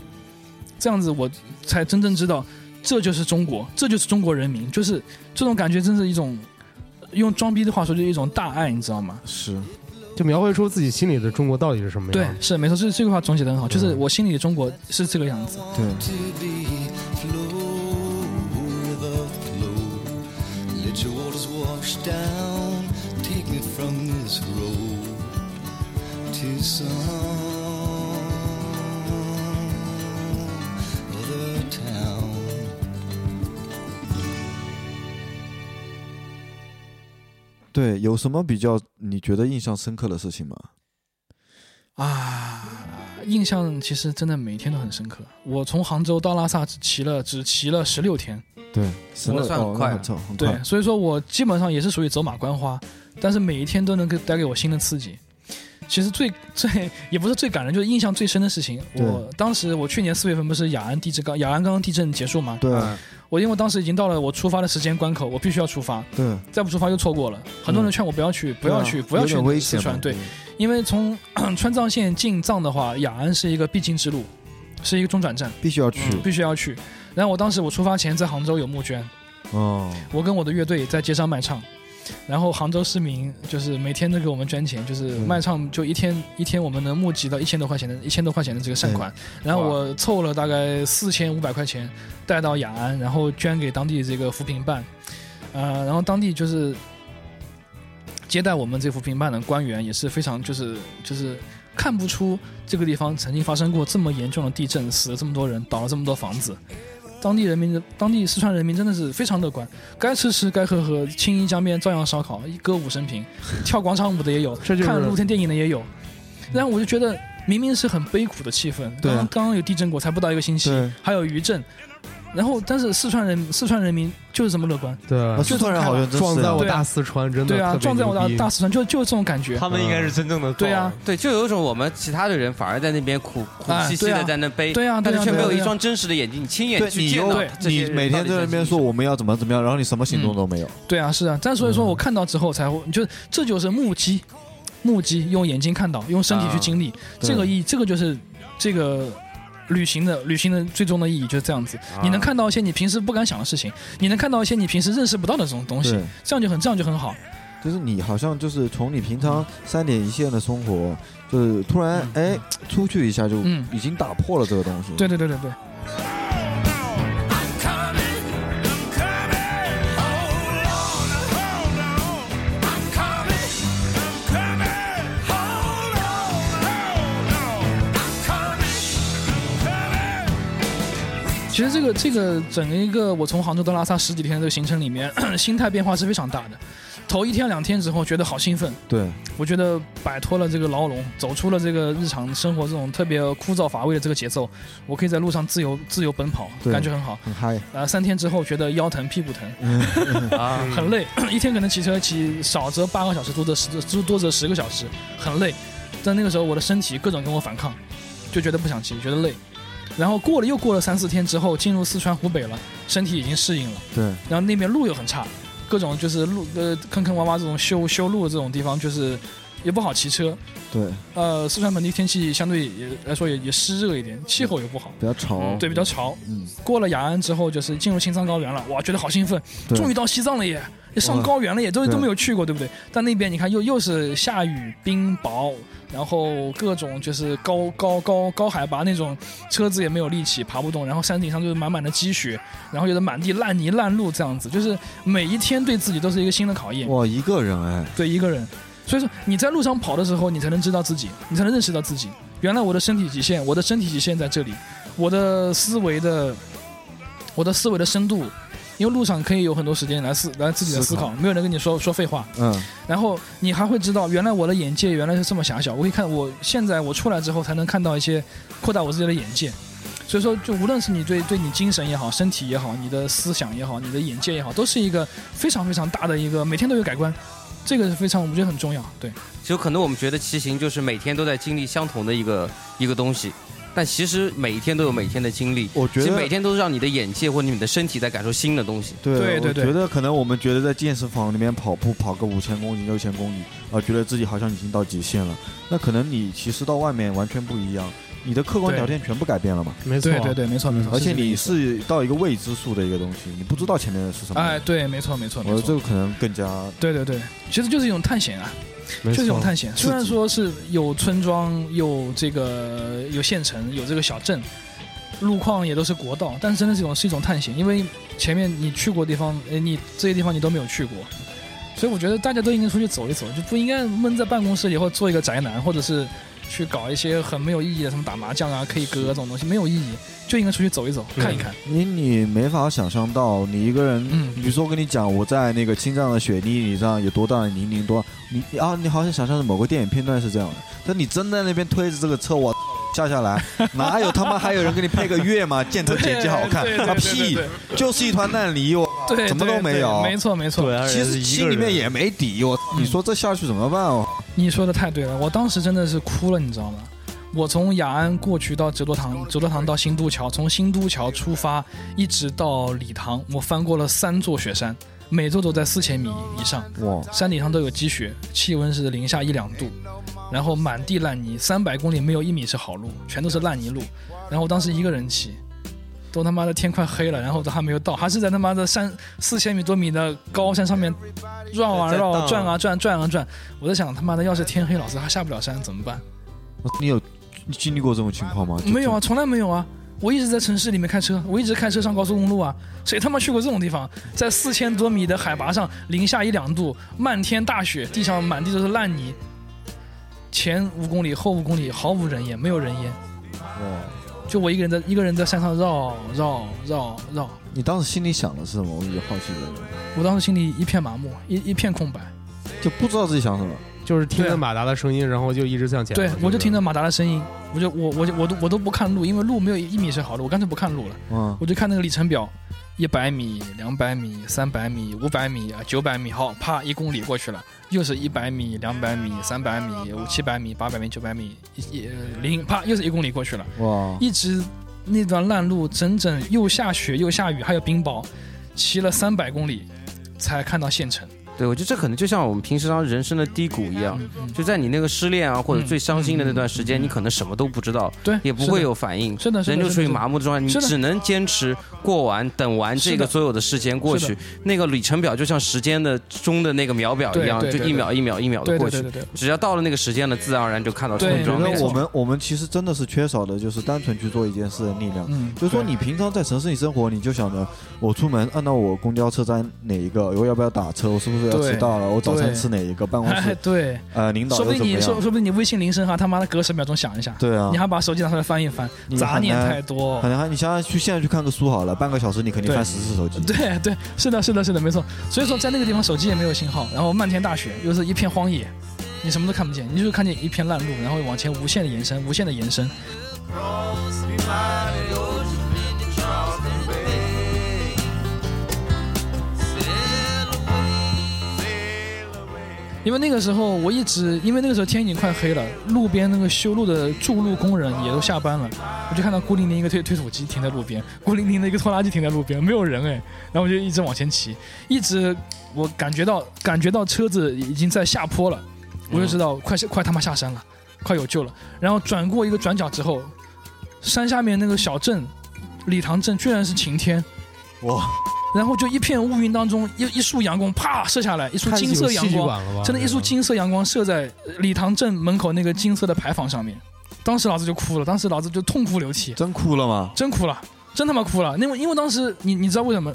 这样子我才真正知道，这就是中国，这就是中国人民，就是这种感觉，真是一种用装逼的话说，就是一种大爱，你知道吗？
是
就描绘出自己心里的中国到底是什么
对
样，。
是没错，这这句话总结的很好，就是我心里的中国是这个样子。
对，
Let your waters wash down, take me from this road to some other town.
对，有什么比较你觉得印象深刻的事情吗？
啊，印象其实真的每天都很深刻。我从杭州到拉萨只骑了只骑了十六天，
对，神
那
乐
算很
哦
快
那
了
很很
对
快，，
所以说我基本上也是属于走马观花，但是每一天都能给带给我新的刺激。其实最最也不是最感人，就是印象最深的事情。
对
我当时我去年四月份不是雅安地震刚雅安刚刚地震结束嘛，
对
我因为我当时已经到了我出发的时间关口，我必须要出发，
对，
再不出发又错过了。很多人劝我不要去，不要去，
嗯对啊
不要
有
去
点危
四
险嘛嗯
川，对，因为从 <clears throat> 川藏线进藏的话，雅安是一个必经之路，是一个中转站，
必须要去
必须要去。然后我当时我出发前在杭州有募捐，
哦，
我跟我的乐队在街上卖唱，然后杭州市民就是每天都给我们捐钱，就是卖唱就一天、一天我们能募集到一千多块钱的一千多块钱的这个善款，然后我凑了大概四千五百块钱带到雅安，然后捐给当地这个扶贫办，呃，然后当地就是接待我们这扶贫办的官员也是非常就是就是。看不出这个地方曾经发生过这么严重的地震，死了这么多人，倒了这么多房子，当地人民的当地四川人民真的是非常乐观，该吃吃，该喝喝，青衣江边照样烧烤，歌舞升平，跳广场舞的
<laughs>
也有，
就是
看露天电影的也有。然后我就觉得，明明是很悲苦的气氛，
对
刚
啊
刚刚刚有地震过，才不到一个星期
对，
还有余震。然后，但是四川人四川人民就是这么乐观，
啊
对，
四川人好像真是
撞在我
对啊
大四川，真的
对啊，
特别
撞在我
牛
大
逼嗯
大四川，就就是这种感觉。
他们应该是真正的
对啊，
对，就有一种我们其他的人反而在那边苦苦
哎
兮兮
对
的
啊
在那悲，
对啊对
但
啊
是却没有
对啊
一双真实的眼睛，你亲眼
对
去
你
见
又
到
对
这些
你
人
每
到
天
底
在那
真
边
实
说
是
我们要怎么怎么样，然后你什么行动都没有，
对啊，是啊。但所以说我看到之后才会，就这就是目击，目击用眼睛看到，用身体去经历，这个意义，这个就是这个。旅行的旅行的最终的意义就是这样子，你能看到一些你平时不敢想的事情，你能看到一些你平时认识不到的这种东西
对，
这样就很这样就很好。
就是你好像就是从你平常三点一线的生活，就是突然哎出去一下就
嗯
已经打破了这个东西，
对对对对对，其实这个这个整一个我从杭州到拉萨十几天的这个行程里面， <coughs> 心态变化是非常大的。头一天两天之后觉得好兴奋，
对
我觉得摆脱了这个牢笼，走出了这个日常生活这种特别枯燥乏味的这个节奏，我可以在路上自由自由奔跑，
对
感觉很好。
很嗨，
呃，三天之后觉得腰疼屁股疼，
啊，
很累，一天可能骑车骑少则八个小时，多则十多多则十个小时，很累。但那个时候我的身体各种跟我反抗，就觉得不想骑，觉得累。然后过了又过了三四天之后，进入四川湖北了，身体已经适应了。
对
然后那边路又很差，各种就是路呃坑坑洼洼这种修修路这种地方，就是也不好骑车。
对，
呃，四川本地天气相对也来说也也湿热一点，气候也不好，
比较潮，
对，比较潮。
嗯，
过了雅安之后，就是进入青藏高原了，哇，觉得好兴奋，
对
终于到西藏了耶，也上
哇
高原了耶，都
对
都没有去过，对不对？但那边你看又又是下雨、冰雹，然后各种就是高高高高海拔那种，车子也没有力气，爬不动，然后山顶上就是满满的积雪，然后有的满地烂泥烂路这样子，就是每一天对自己都是一个新的考验，
哇，一个人哎，
对一个人。所以说你在路上跑的时候，你才能知道自己，你才能认识到自己。原来我的身体极限，我的身体极限在这里，我的思维的，我的思维的深度，因为路上可以有很多时间来思来自己的思
思
考，
考
没有人跟你说说废话。
嗯，
然后你还会知道，原来我的眼界原来是这么狭小。我可以看，我现在我出来之后才能看到一些扩大我自己的眼界。所以说，就无论是你对对你精神也好，身体也好，你的思想也好，你的眼界也好，都是一个非常非常大的一个，每天都有改观。这个是非常，我觉得很重要。对，
就可能我们觉得骑行就是每天都在经历相同的一个一个东西，但其实每一天都有每天的经历，
我觉
其实
得
每天都是让你的眼界或你的身体在感受新的东西。
对
对
对
我
对
觉得可能我们觉得在健身房里面跑步跑个五千公里、六千公里啊，觉得自己好像已经到极限了。那可能你其实到外面完全不一样，你的客观
对
条件全部改变了嘛。
没错，
对对对，没错没错。
而且
这个
你
意思，
是到一个未知数的一个东西，你不知道前面是什么。
哎，对，没错没错
我觉
没
得这
错。
个可能更加
对对对，其实就是一种探险啊，
没
就是一种
错，
探险。虽然说是有村庄，有这个有县城，有这个小镇，路况也都是国道，但是真的是一种是一种探险，因为前面你去过的地方，呃，你这些地方你都没有去过，所以我觉得大家都应该出去走一走，就不应该闷在办公室里或做一个宅男，或者是去搞一些很没有意义的，什么打麻将啊、K 歌这种东西，没有意义，就应该出去走一走，看一看。
你你没法想象到，你一个人，
嗯
比如说我跟你讲，我在那个青藏的雪地里上有多大的泥泞，多你啊，你好像想象的某个电影片段是这样的，但你真在那边推着这个车，我下下
<laughs>
来，哪有他妈还有人给你配个乐嘛？见车姐姐好看
对对对
啊
对对
屁
对，
就是一团烂泥，我
对，
什么都没有，
对对没错没错。
其实心里面也没底，我
嗯
你说这下去怎么办哦？
你说的太对了，我当时真的是哭了，你知道吗？我从雅安过去到折多塘，折多塘到新都桥，从新都桥出发一直到理塘，我翻过了三座雪山，每座都在四千米以上。
哇！
山顶上都有积雪，气温是零下一两度，然后满地烂泥，三百公里没有一米是好路，全都是烂泥路。然后我当时一个人骑，都他妈的天快黑了，然后都还没有到，还是在他妈的山四千米多米的高山上面绕啊绕
在荡啊
啊，转啊转，转啊转。我在想他妈的，要是天黑，老子还下不了山怎么办？
你有经历过这种情况吗？就
没有啊，从来没有啊。我一直在城市里面开车，我一直开车上高速公路啊，谁他妈去过这种地方？在四千多米的海拔上，零下一两度，漫天大雪，地上满地都是烂泥，前五公里后五公里毫无人烟，没有人烟，就我一个人在一个人在山上绕绕绕绕，
你当时心里想的是什么？我比较好奇这
我当时心里一片麻木，一一片空白。
个，就不知道自己想什么。
就是听
对
着
啊
马达的声音，然后就一直向前。
对，我就听
着，
着马达的声音，我就我我就我都我都不看路，因为路没有一米是好的，我干脆不看路了。
嗯，
我就看那个里程表，一百米、两百米、三百米、五百米啊，九百米，好，啪，一公里过去了，又是一百米、两百米、三百米、五七百米、八百米、九百米，一一呃零，啪，又是一公里过去了，
哇！
一直那段烂路，整整又下雪又下雨，还有冰雹，骑了三百公里才看到县城。
对，我觉得这可能就像我们平时当人生的低谷一
嗯
样，啊就在你那个失恋啊或者最伤心的那段时间，你可能什么都不知道，
对
也不
嗯是的
会有反应，
是的是的
人就是
的
处于
是的
麻木的状态，你
是的
只能坚持过完，等完
是
这
的
个所有的时间过
是
去
的，
那个里程表就像时间的中的那个秒表一
对
样，
对
就
对
一秒一秒一秒的
对对
过
对
去
对对，
只要到了那个时间了，自然而然就看到
对
冲撞
我觉
了。
得我们我们其实真的是缺少的就是单纯去做一件事的力量。
嗯
就是
<laughs>
说你平常在城市里生活，你就想着我出门，按照我公交车站哪一个，我要不要打车，我是不是要
对
迟到了，我早餐
对
吃哪一个，办公
哎 <laughs>
室，
对，
呃领导
说
又
不
怎
定
么
你
样？
说说不定你微信铃声哈，他妈的隔十秒钟响一下，
对啊
你还把手机拿出来翻一翻，
你
杂
很
念
难
太多，
很难，你想想去现在去看个书好了，半个小时你肯定
对
翻十次手机。
<laughs> 对对，是的，是的，是的，没错。所以说，在那个地方手机也没有信号，然后漫天大雪，又是一片荒野，你什么都看不见，你就是看见一片烂路，然后往前无限的延伸，无限的延伸。因为那个时候我一直，因为那个时候天已经快黑了，路边那个修路的筑路工人也都下班了，我就看到孤零零一个推推土机停在路边，孤零零的一个拖拉机停在路边，没有人哎，然后我就一直往前骑，一直我感觉到感觉到车子已经在下坡了，我就知道快下快他妈下山了，快有救了。然后转过一个转角之后，山下面那个小镇，礼堂镇居然是晴天，
哇！
然后就一片乌云当中，一一束阳光啪射下来，一束
太
金色
有
阳
戏剧
光
感了吧，
真的，一束金色阳光射在礼堂镇门口那个金色的牌坊上面，当时老子就哭了，当时老子就痛哭流涕，
真哭了
<laughs>
吗？
真哭了，真他妈哭了，因为因为当时你你知道为什么？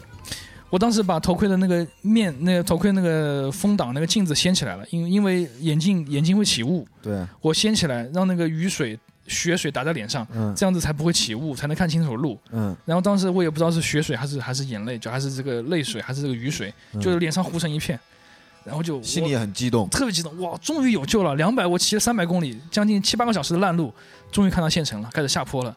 我当时把头盔的那个面、那个头盔那个风挡、那个镜子掀起来了，因为因为眼镜眼镜会起雾，
对，
我掀起来，让那个雨水、雪水打在脸上，
嗯
这样子才不会起雾，才能看清楚路。
嗯，
然后当时我也不知道是血水还是还是眼泪，就还是这个泪水还是这个雨水，就是脸上糊成一片，然后就
嗯心里也
我
很激动。
特别激动，哇，终于有救了！两百，我骑了三百公里，将近七八个小时的烂路，终于看到县城了，开始下坡了。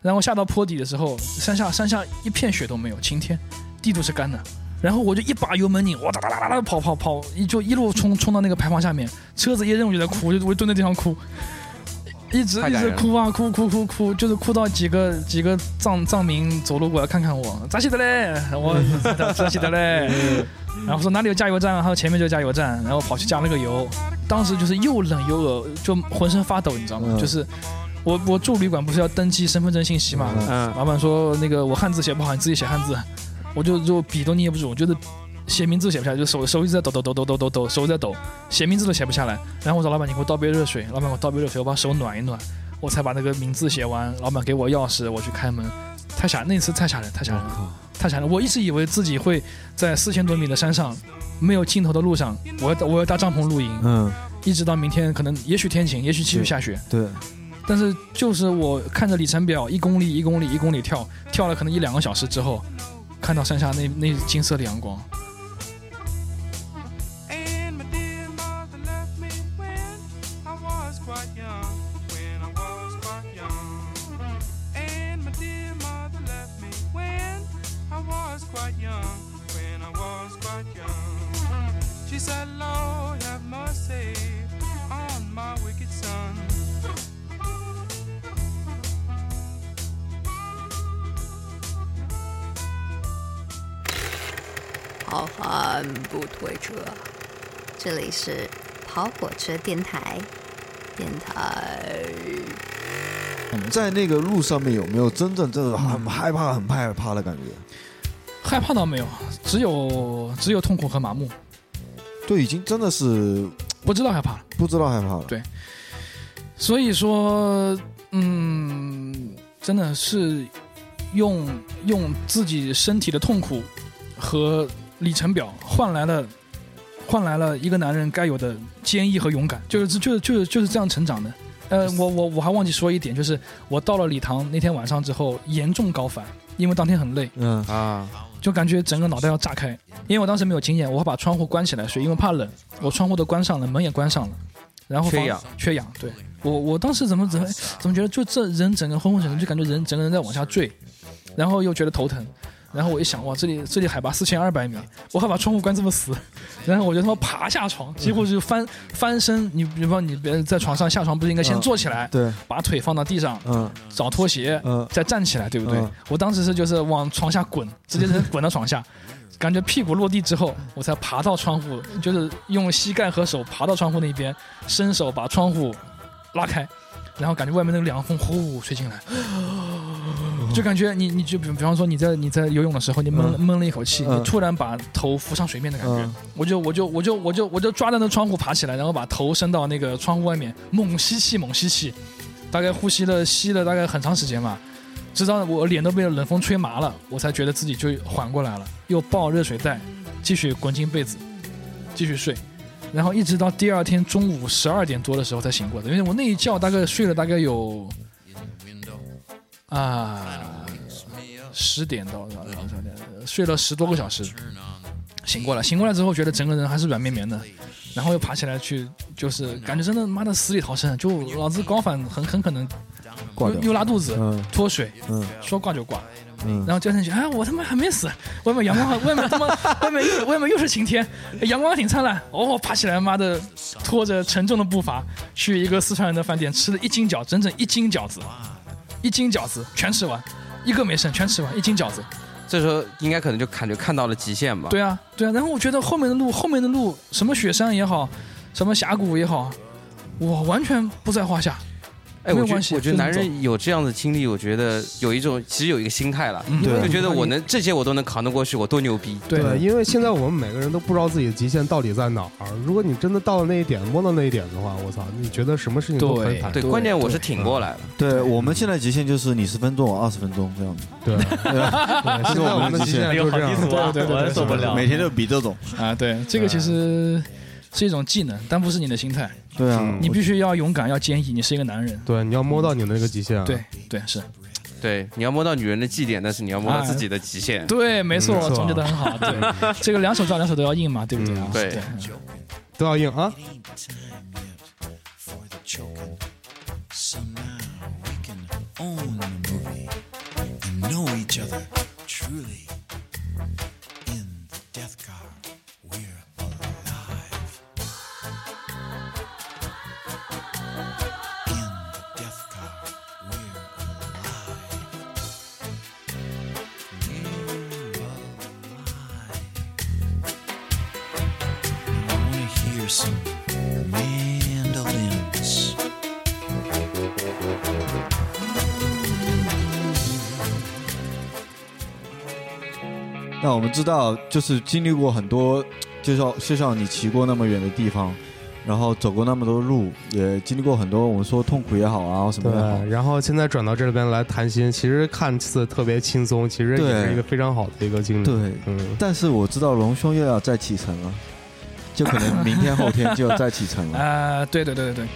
然后下到坡底的时候，山下山下一片雪都没有，晴天，地都是干的。然后我就一把油门拧，哇哒哒哒哒哒跑跑跑，一就一路冲冲到那个牌坊下面，车子一扔我就在哭，我就我就蹲在地上哭，一直
太
一
感
直
人了
哭啊哭哭哭哭，就是哭到几个几个藏藏民走路过来看看我，扎西德嘞，我扎西
<laughs>
德嘞，然后说哪里有加油站啊，他说前面就是加油站，然后跑去加了个油，当时就是又冷又饿，就浑身发抖，你知道吗？
嗯
就是我我住旅馆不是要登记身份证信息嘛，
嗯
老板说那个我汉字写不好，你自己写汉字，我就就笔都捏不住，我觉得写名字写不下来，就手手一直在抖抖抖抖抖抖抖，手一直在抖，写名字都写不下来。然后我找老板，你给我倒杯热水，老板给我倒杯热水，我把手暖一暖，我才把那个名字写完。老板给我钥匙，我去开门，太吓，那次太吓人，太吓人了。太吓人了！我一直以为自己会在四千多米的山上，没有尽头的路上，我要我要搭帐篷露营，
嗯，
一直到明天，可能也许天晴，也许继续下雪。
对，
但是就是我看着里程表一公里一公里一公里跳，跳了可能一两个小时之后，看到山下那那金色的阳光，
And my dear mother left me when I was quite young. When I was quite young. And my dear mother left me when I was quite young. When I was quite young. She said, Lord, have mercy on my wicked son.
Thank you.
好汉不推车，这里是跑火车电台，电台。
在那个路上面有没有真正真的很害怕、很害怕的感觉？
害怕倒没有，只有只有痛苦和麻木，
对，已经真的是
不知道害怕了，
不知道害怕了。
对，所以说，嗯，真的是用用自己身体的痛苦和里程表换来了换来了一个男人该有的坚毅和勇敢，就是就是就是就是这样成长的。呃，我我我还忘记说一点，就是我到了礼堂那天晚上之后严重高反，因为当天很累，
嗯
啊，
就感觉整个脑袋要炸开。因为我当时没有经验，我把窗户关起来睡，因为怕冷，我窗户都关上了，门也关上了，然后房
缺氧
缺氧，对我我当时怎么怎么怎么觉得就这人整个昏昏沉沉，就感觉人整个人在往下坠，然后又觉得头疼。然后我一想，哇，这里这里海拔四千二百米，我还把窗户关这么死，然后我就他妈爬下床，几乎就翻翻身。你比方你别在床上下床，不是应该先
嗯
坐起来，
对
把腿放到地上，
嗯，
找拖鞋，
嗯
再站起来，对不对
嗯？
我当时是就是往床下滚，直接人滚到床下，感觉屁股落地之后，我才爬到窗户，就是用膝盖和手爬到窗户那边，伸手把窗户拉开，然后感觉外面那个凉风呼吹进来，就感觉你你就比比方说你在你在游泳的时候，你闷了
嗯
闷了一口气，
嗯
你突然把头浮上水面的感觉
嗯，
我就我就我就我就我就抓着那窗户爬起来，然后把头伸到那个窗户外面，猛吸气猛吸气，大概呼吸了吸了大概很长时间吧，直到我脸都被冷风吹麻了，我才觉得自己就缓过来了，又抱热水袋，继续滚进被子，继续睡。然后一直到第二天中午十二点多的时候才醒过来，因为我那一觉大概睡了大概有啊，十点到到到到睡了十多个小时，醒过来，醒过来之后觉得整个人还是软绵绵的，然后又爬起来去，就是感觉真的妈的死里逃生，就老子高反很很可能
挂掉
又又拉肚子、
嗯
脱水，
嗯
说挂就挂。
嗯
然后第二天去，哎，我他妈还没死，外面阳光，外面他妈， <laughs> 外面又外面又是晴天，哎阳光挺灿烂。哦，爬起来，妈的，拖着沉重的步伐去一个四川人的饭店，吃了一斤饺，整整一斤饺子，一斤饺子全吃完，一个没剩，全吃完，一斤饺子。
这时候应该可能就感觉看到了极限吧？
对啊，对啊。然后我觉得后面的路，后面的路，什么雪山也好，什么峡谷也好，我完全不在话下。
哎，
没
我
有
觉
关
得
系，
我觉得
就这么
男
走
人有这样的经历，我觉得有一种其实有一个心态了，
嗯对
就觉得我能这些我都能扛得过去，我多牛逼。
因为现在我们每个人都不知道自己的极限到底在哪儿。如果你真的到了那一点，摸到那一点的话，我操，你觉得什么事情都很坦
对，关键我是挺过来了。
对我们现在极限就是你十分钟，我二十分钟这样 <laughs> 子。啊
对， <laughs>
这是我们的极限。
现在就是这样
好低俗啊
对对对
我也受不了。
每天都比这种
啊，对，这个其
嗯
实是一种技能，但不是你的心态。
对啊
你必须要勇敢，要坚毅，你是一个男
嗯
人。
对，你要摸到你的那个极限。啊
对，对是，
对，你要摸到女人的绩点，但是你要摸到自己的极限。
对，没错，
嗯
总结的很
<laughs>
好。对，这个两手抓，两手都要硬嘛，对不对啊？
对，
都要硬啊。
So now we can own the movie and know each other truly. In the death car, we're alive. In the death car, we're alive. We're alive. I want to hear some mandolins. Thank you.
那我们知道，就是经历过很多，就像就像你骑过那么远的地方，然后走过那么多路，也经历过很多，我们说痛苦也好啊，什么
对
也好，，
然后现在转到这边来谈心，其实看似特别轻松，其实也
对啊
是一个非常好的一个经历。
对，
嗯，
但是我知道龙兄又要再启程了，就可能明天后天就要再启程 <laughs> 了。
啊、对对对对对，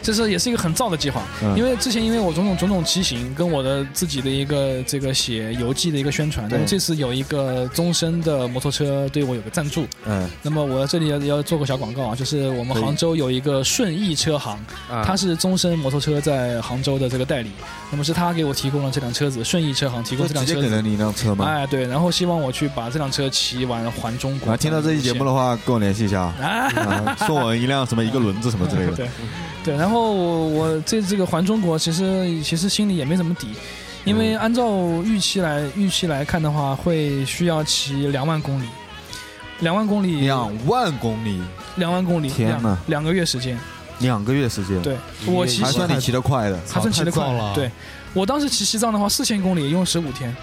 这是也是一个很燥的计划，
嗯
因为之前因为我种种种种骑行跟我的自己的一个这个写游记的一个宣传，那么
对
这次有一个终身的摩托车对我有个赞助，
嗯，
那么我这里要要做个小广告啊，就是我们
可以
杭州有一个顺义车行，
啊
它是终身摩托车在杭州的这个代理，那么是他给我提供了这辆车子，顺义车行提供
就直
这辆
接
车
给了
子。
你一辆车吗？
哎，对，然后希望我去把这辆车骑完环中国。
啊，听到这期节目的话，跟我联系一 <laughs> 下啊，啊送我一辆什么一个轮子什 <laughs> 么之类
对
的。
对，然后我我这这个环中国，其实其实心里也没怎么底，因
嗯
为按照预期来预期来看的话，会需要骑两万公里，两万公里，
两万公里，
两万公里，
天
两
哪
两个月时间，
两个月时间。
对我其实
还算你骑得快的，
还算骑得快。对，我当时骑西藏的话，四千公里也用十五
哦
天，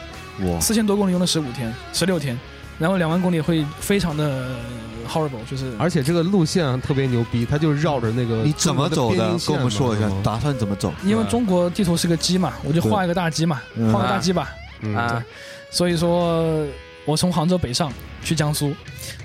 哇，
四千多公里用了十五天，十六天，然后两万公里会非常的呃 horrible，就是
而且这个路线啊特别牛逼，它就绕着那个
你怎么走
中国边
的
境？线
跟我们说一下
嘛，
打算怎么走？
因为中国地图是个鸡嘛，我就画一个大鸡嘛，
对嗯
画个大鸡吧。
嗯
对，所以说我从杭州北上去江苏，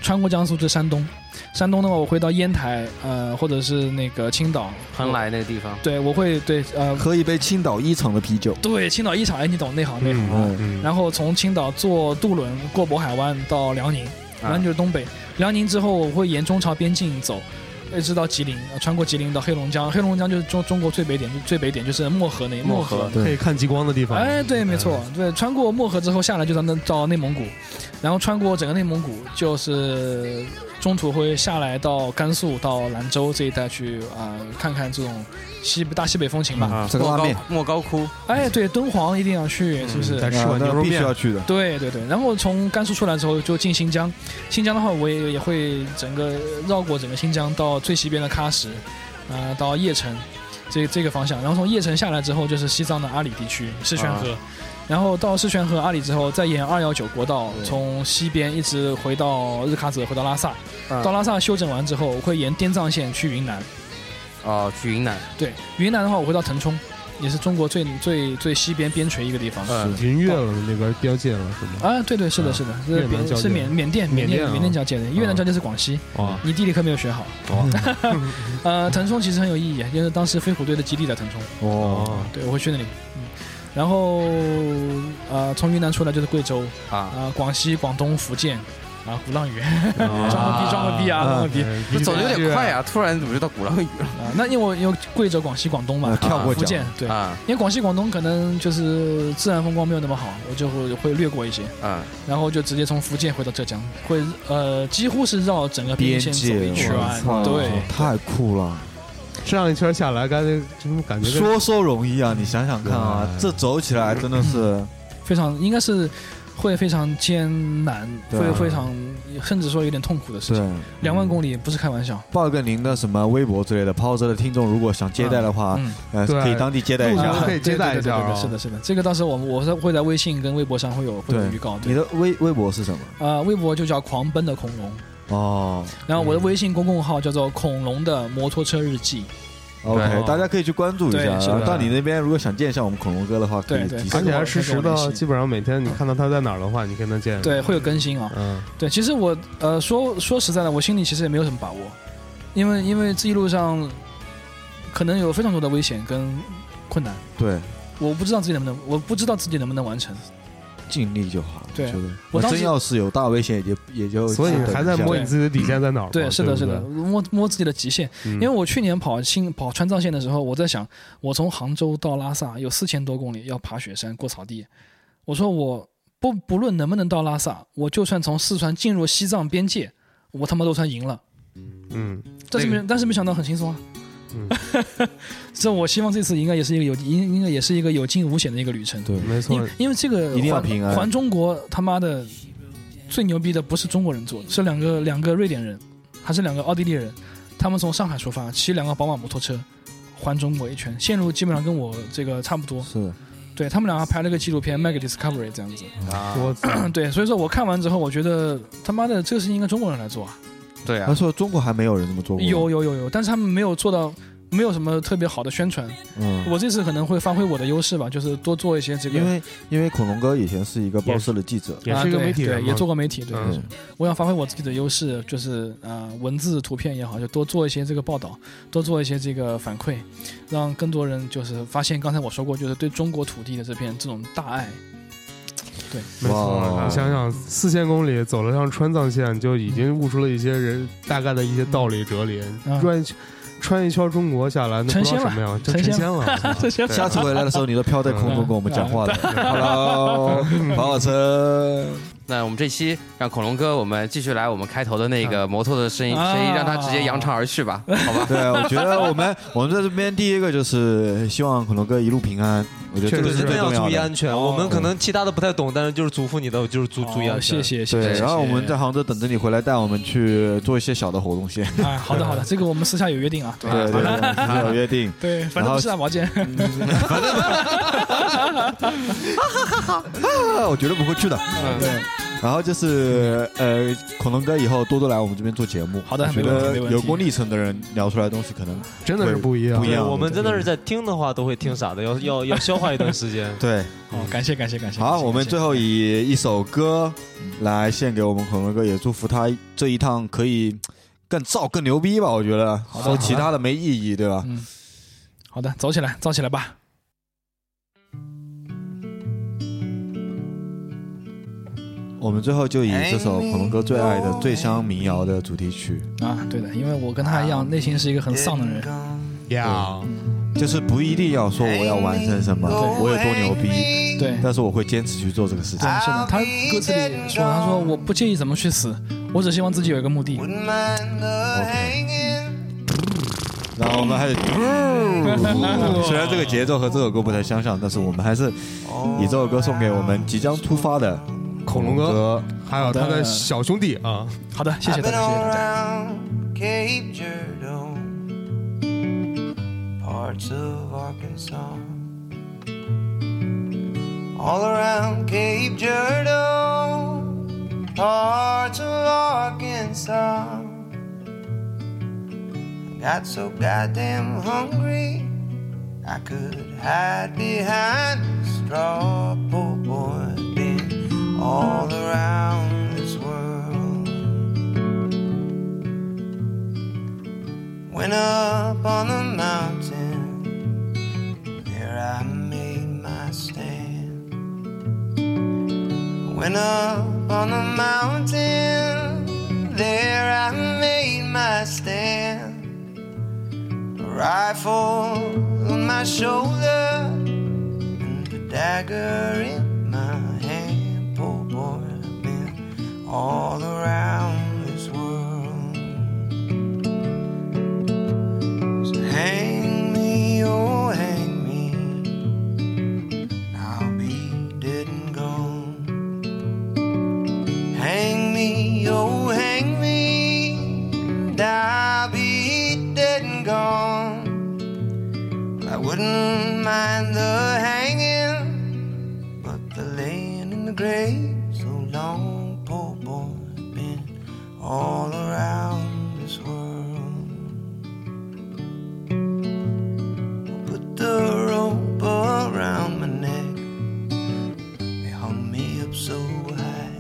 穿过江苏至山东，山东的话我会到烟台，呃，或者是那个青岛。
蓬莱那个地方，
对，我会对呃，
喝一杯青岛一厂的啤酒。
对青岛一厂，哎，你懂内行内行。
嗯
然后从青岛坐渡轮过渤海湾到辽宁，
啊
辽宁就是东北。辽宁之后我会沿中朝边境走，一直到吉林，呃穿过吉林到黑龙江，黑龙江就是中中国最北点，就最北点就是漠河那漠河。
可以看极光的地方。
哎，对，没错，对，穿过漠河之后下来就到那到内蒙古，然后穿过整个内蒙古，就是中途会下来到甘肃、到兰州这一带去啊、看看这种西大西北风情吧。
啊，
这个拉面
莫高窟，
哎，对，敦煌一定要去，是不是？
再吃
啊
碗牛肉面，
的
对对对，然后从甘肃出来之后就进新疆，新疆的话我也也会整个绕过整个新疆到最西边的喀什，啊、到叶城，这这个方向，然后从叶城下来之后就是西藏的阿里地区，石泉河，
啊
然后到石泉河阿里之后再沿二幺九国道从西边一直回到日喀则，回到拉萨，
啊
到拉萨休整完之后我会沿滇藏线去云南，
哦，去云南，
对，云南的话我会到腾冲，也是中国最最最西边边陲一个地方，
嗯
是云越了那边边界了是吗？
啊，对对，是的，是的，
越
是
南
缅
交
是
界
缅缅甸缅
缅
甸
甸啊啊
缅甸交界的，越南交界是广西。
哇
你地理课没有学好。
哇，
<laughs> 呃，腾冲其实很有意义，因为当时飞虎队的基地在腾冲。
哦，
对，我会去那里。嗯，然后呃，从云南出来就是贵州
啊
啊，广西、广东、福建啊，鼓浪屿，
哦
装个逼，装个逼啊，装个逼
嗯，这走的有点快啊，突然怎么就到鼓浪屿了？
啊，那因为我有贵州、广西、广东嘛
啊，跳过
福
讲
建对
啊，
因为广西、广东可能就是自然风光没有那么好，我就会会略过一些，
啊，
然后就直接从福建回到浙江，会呃几乎是绕整个
边
线走
界，
一圈
我，操
对，
嗯
太酷了。
上一圈下来，感觉怎么感觉跟
说说容易啊，你想想看啊，这走起来真的是，
非常应该是会非常艰难，
对啊
会非常甚至说有点痛苦的事
对
情，两万公里不是开玩笑。
报个您的什么微博之类的，抛着的听众如果想接待的话，呃，
对
可以当地接待一下
路，上可以接待一下
对对对对
啊
对是的，是的，这个到时候我们我是会在微信跟微博上会有会有
对
预告，，
你
对，
的微微博是什么？
呃，微博就叫狂奔的恐龙，
哦
然后我的微信公共号叫做恐龙的摩托车日记，
，OK，
对
大家可以去关注一下。
对是的
然后到你那边如果想见一下我们恐龙哥的话，可以
对对
及时
而且还
是
实时
跟
的，
我联系
基本上每天你看到他在哪儿的话，你跟他见。
对，，会有更新啊。
嗯，
对，其实我呃说说实在的，我心里其实也没有什么把握，因为因为这一路上可能有非常多的危险跟困难，
对
我不知道自己能不能，我不知道自己能不能完成。
尽力就好。
对
我觉得
我当时
真要是有大危险，也就也就
所以
等一
你
下
还在摸你自己的底线在哪儿嘛？
对，是的，
不
是的，摸摸自己的极限。
嗯
因为我去年跑新跑川藏线的时候，我在想，我从杭州到拉萨有四千多公里，要爬雪山、过草地。我说我不不论能不能到拉萨，我就算从四川进入西藏边界，我他妈都算赢了。
嗯，
但是没，但是没想到很轻松啊。
嗯
<laughs> 这我希望这次应该也是一个有应应该也是一个有惊无险的一个旅程。
对，
嗯没
因
错
为，因为这个
一定要
环
平安
环中国他妈的最牛逼的不是中国人做的，是两个两个瑞典人，还是两个奥地利人，他们从上海出发，骑两个宝马摩托车环中国一圈，线路基本上跟我这个差不多。
是
对他们俩还拍了个纪录片卖给 Discovery 这样子。
嗯
啊，
我操
对，所以说我看完之后，我觉得他妈的这个事情应该中国人来做啊。
对啊
他，说中国还没有人这么做过，
有有有有，但是他们没有做到，没有什么特别好的宣传。
嗯
我这次可能会发挥我的优势吧，就是多做一些这个，
因为因为恐龙哥以前是一个报社的记者，
啊对对也做过媒体，对，
嗯
我想发挥我自己的优势，就是啊、呃文字、图片也好，就多做一些这个报道，多做一些这个反馈，让更多人就是发现刚才我说过，就是对中国土地的这片这种大 <laughs> 爱。对，
没错，
哇
你想想，四千公里走了趟川藏线，就已经悟出了一些人大概的一些道理哲理。
嗯
转一圈穿一圈中国下来，那不
成
知
仙
道
了
什么样，就
成
成
仙
仙了。
成仙了
下次回来的时候，你都飘在空中跟我们讲话的。Hello，跑
<laughs>
火车。
那我们这期让恐龙哥，我们继续来我们开头的那个摩托的声音，声音让他直接扬长而去吧，好吧？
对，我觉得我们我们在这边第一个就是希望恐龙哥一路平安。我觉得这个
确
是
实
最
真
重
要注意
的
安
哦
全。我
嗯
们可能其他的不太懂，但是就是嘱咐你的，就是注注
啊
意安全。
对，然后我们在杭州等着你回来，带我们去做一些小的活动先。
哎，好的好的，这个我们私下有约定啊。
对对对，我们有约定。
对，反
然
正
后
不是大毛 <laughs> 剑。
啊，我绝对不会去的。
对。
然后就是呃，恐龙哥以后多多来我们这边做节目。
好的
我觉
没问题
得
没问题
有过历程的人聊出来的东西可能
真的是
会
不一样
不一样。
我们真的是在听的话都会听傻的，要要要消化一段时间。
对。
哦，感谢感谢感谢。哎
好，我们最后以一首歌来献给我们恐龙哥，也祝福他这一趟可以更造更牛逼吧。我觉得
的
说其
好的
他的没意义，对吧？
嗯，好的，走起来，造起来吧。
我们最后就以这首恐龙哥最爱的《醉乡民谣》的主题曲，
啊，对的，因为我跟他一样，内心是一个很丧的人。
呀，
就是不一定要说我要完成什么，我有多牛
哎
逼，
对，
但是我会坚持去做这个事情
对，。是的，他歌词里说，他说我不介意怎么去死，我只希望自己有一个目的。
然后我们还是， <laughs> 虽然这个节奏和这首歌不太相像，但是我们还是以这首歌送给我们即将出发的恐龙哥，
还有他的小兄弟啊，
好的，谢谢大
I've been
家，谢谢大家。
around Cape Girardeau, parts of Arkansas. All around Cape Girardeau, parts of Arkansas. I got so goddamn hungry, I could hide behind a straw. Poor boy, I've been all around this world. Went up on the mountain, there I made my stand. Went up on the mountain, there I made my stand. A rifle on my shoulder, and a dagger in my hand. Poor boy, I've been all around this world. So hang me, oh hang me, I'll be dead and gone. Hang me, oh hang me, and I'll be dead and gone. I wouldn't mind the hanging, but the laying in the grave so long, poor boy, been all around this world. Put the rope around my neck, they hung me up so high.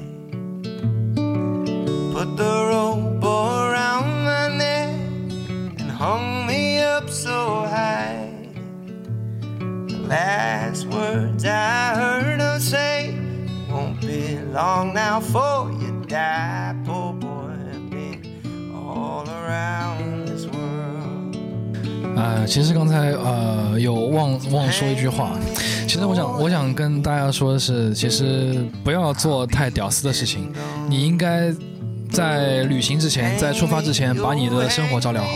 Put the rope around my neck and hung me up so high. The last words I heard her say won't be long now for you die, poor boy. I've been all around this world.
呃，其实刚才呃有忘忘说一句话，其实我想我想跟大家说的是，其实不要做太屌丝的事情，你应该在旅行之前，在出发之前，把你的生活照料好，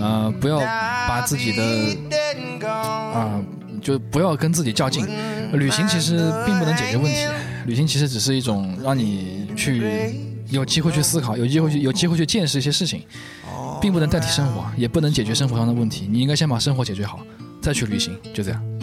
呃，不要把自己的啊、就不要跟自己较劲。旅行其实并不能解决问题，旅行其实只是一种让你去有机会去思考，有机会去有机会去见识一些事情。并不能代替生活，也不能解决生活上的问题。你应该先把生活解决好，再去旅行，就这样。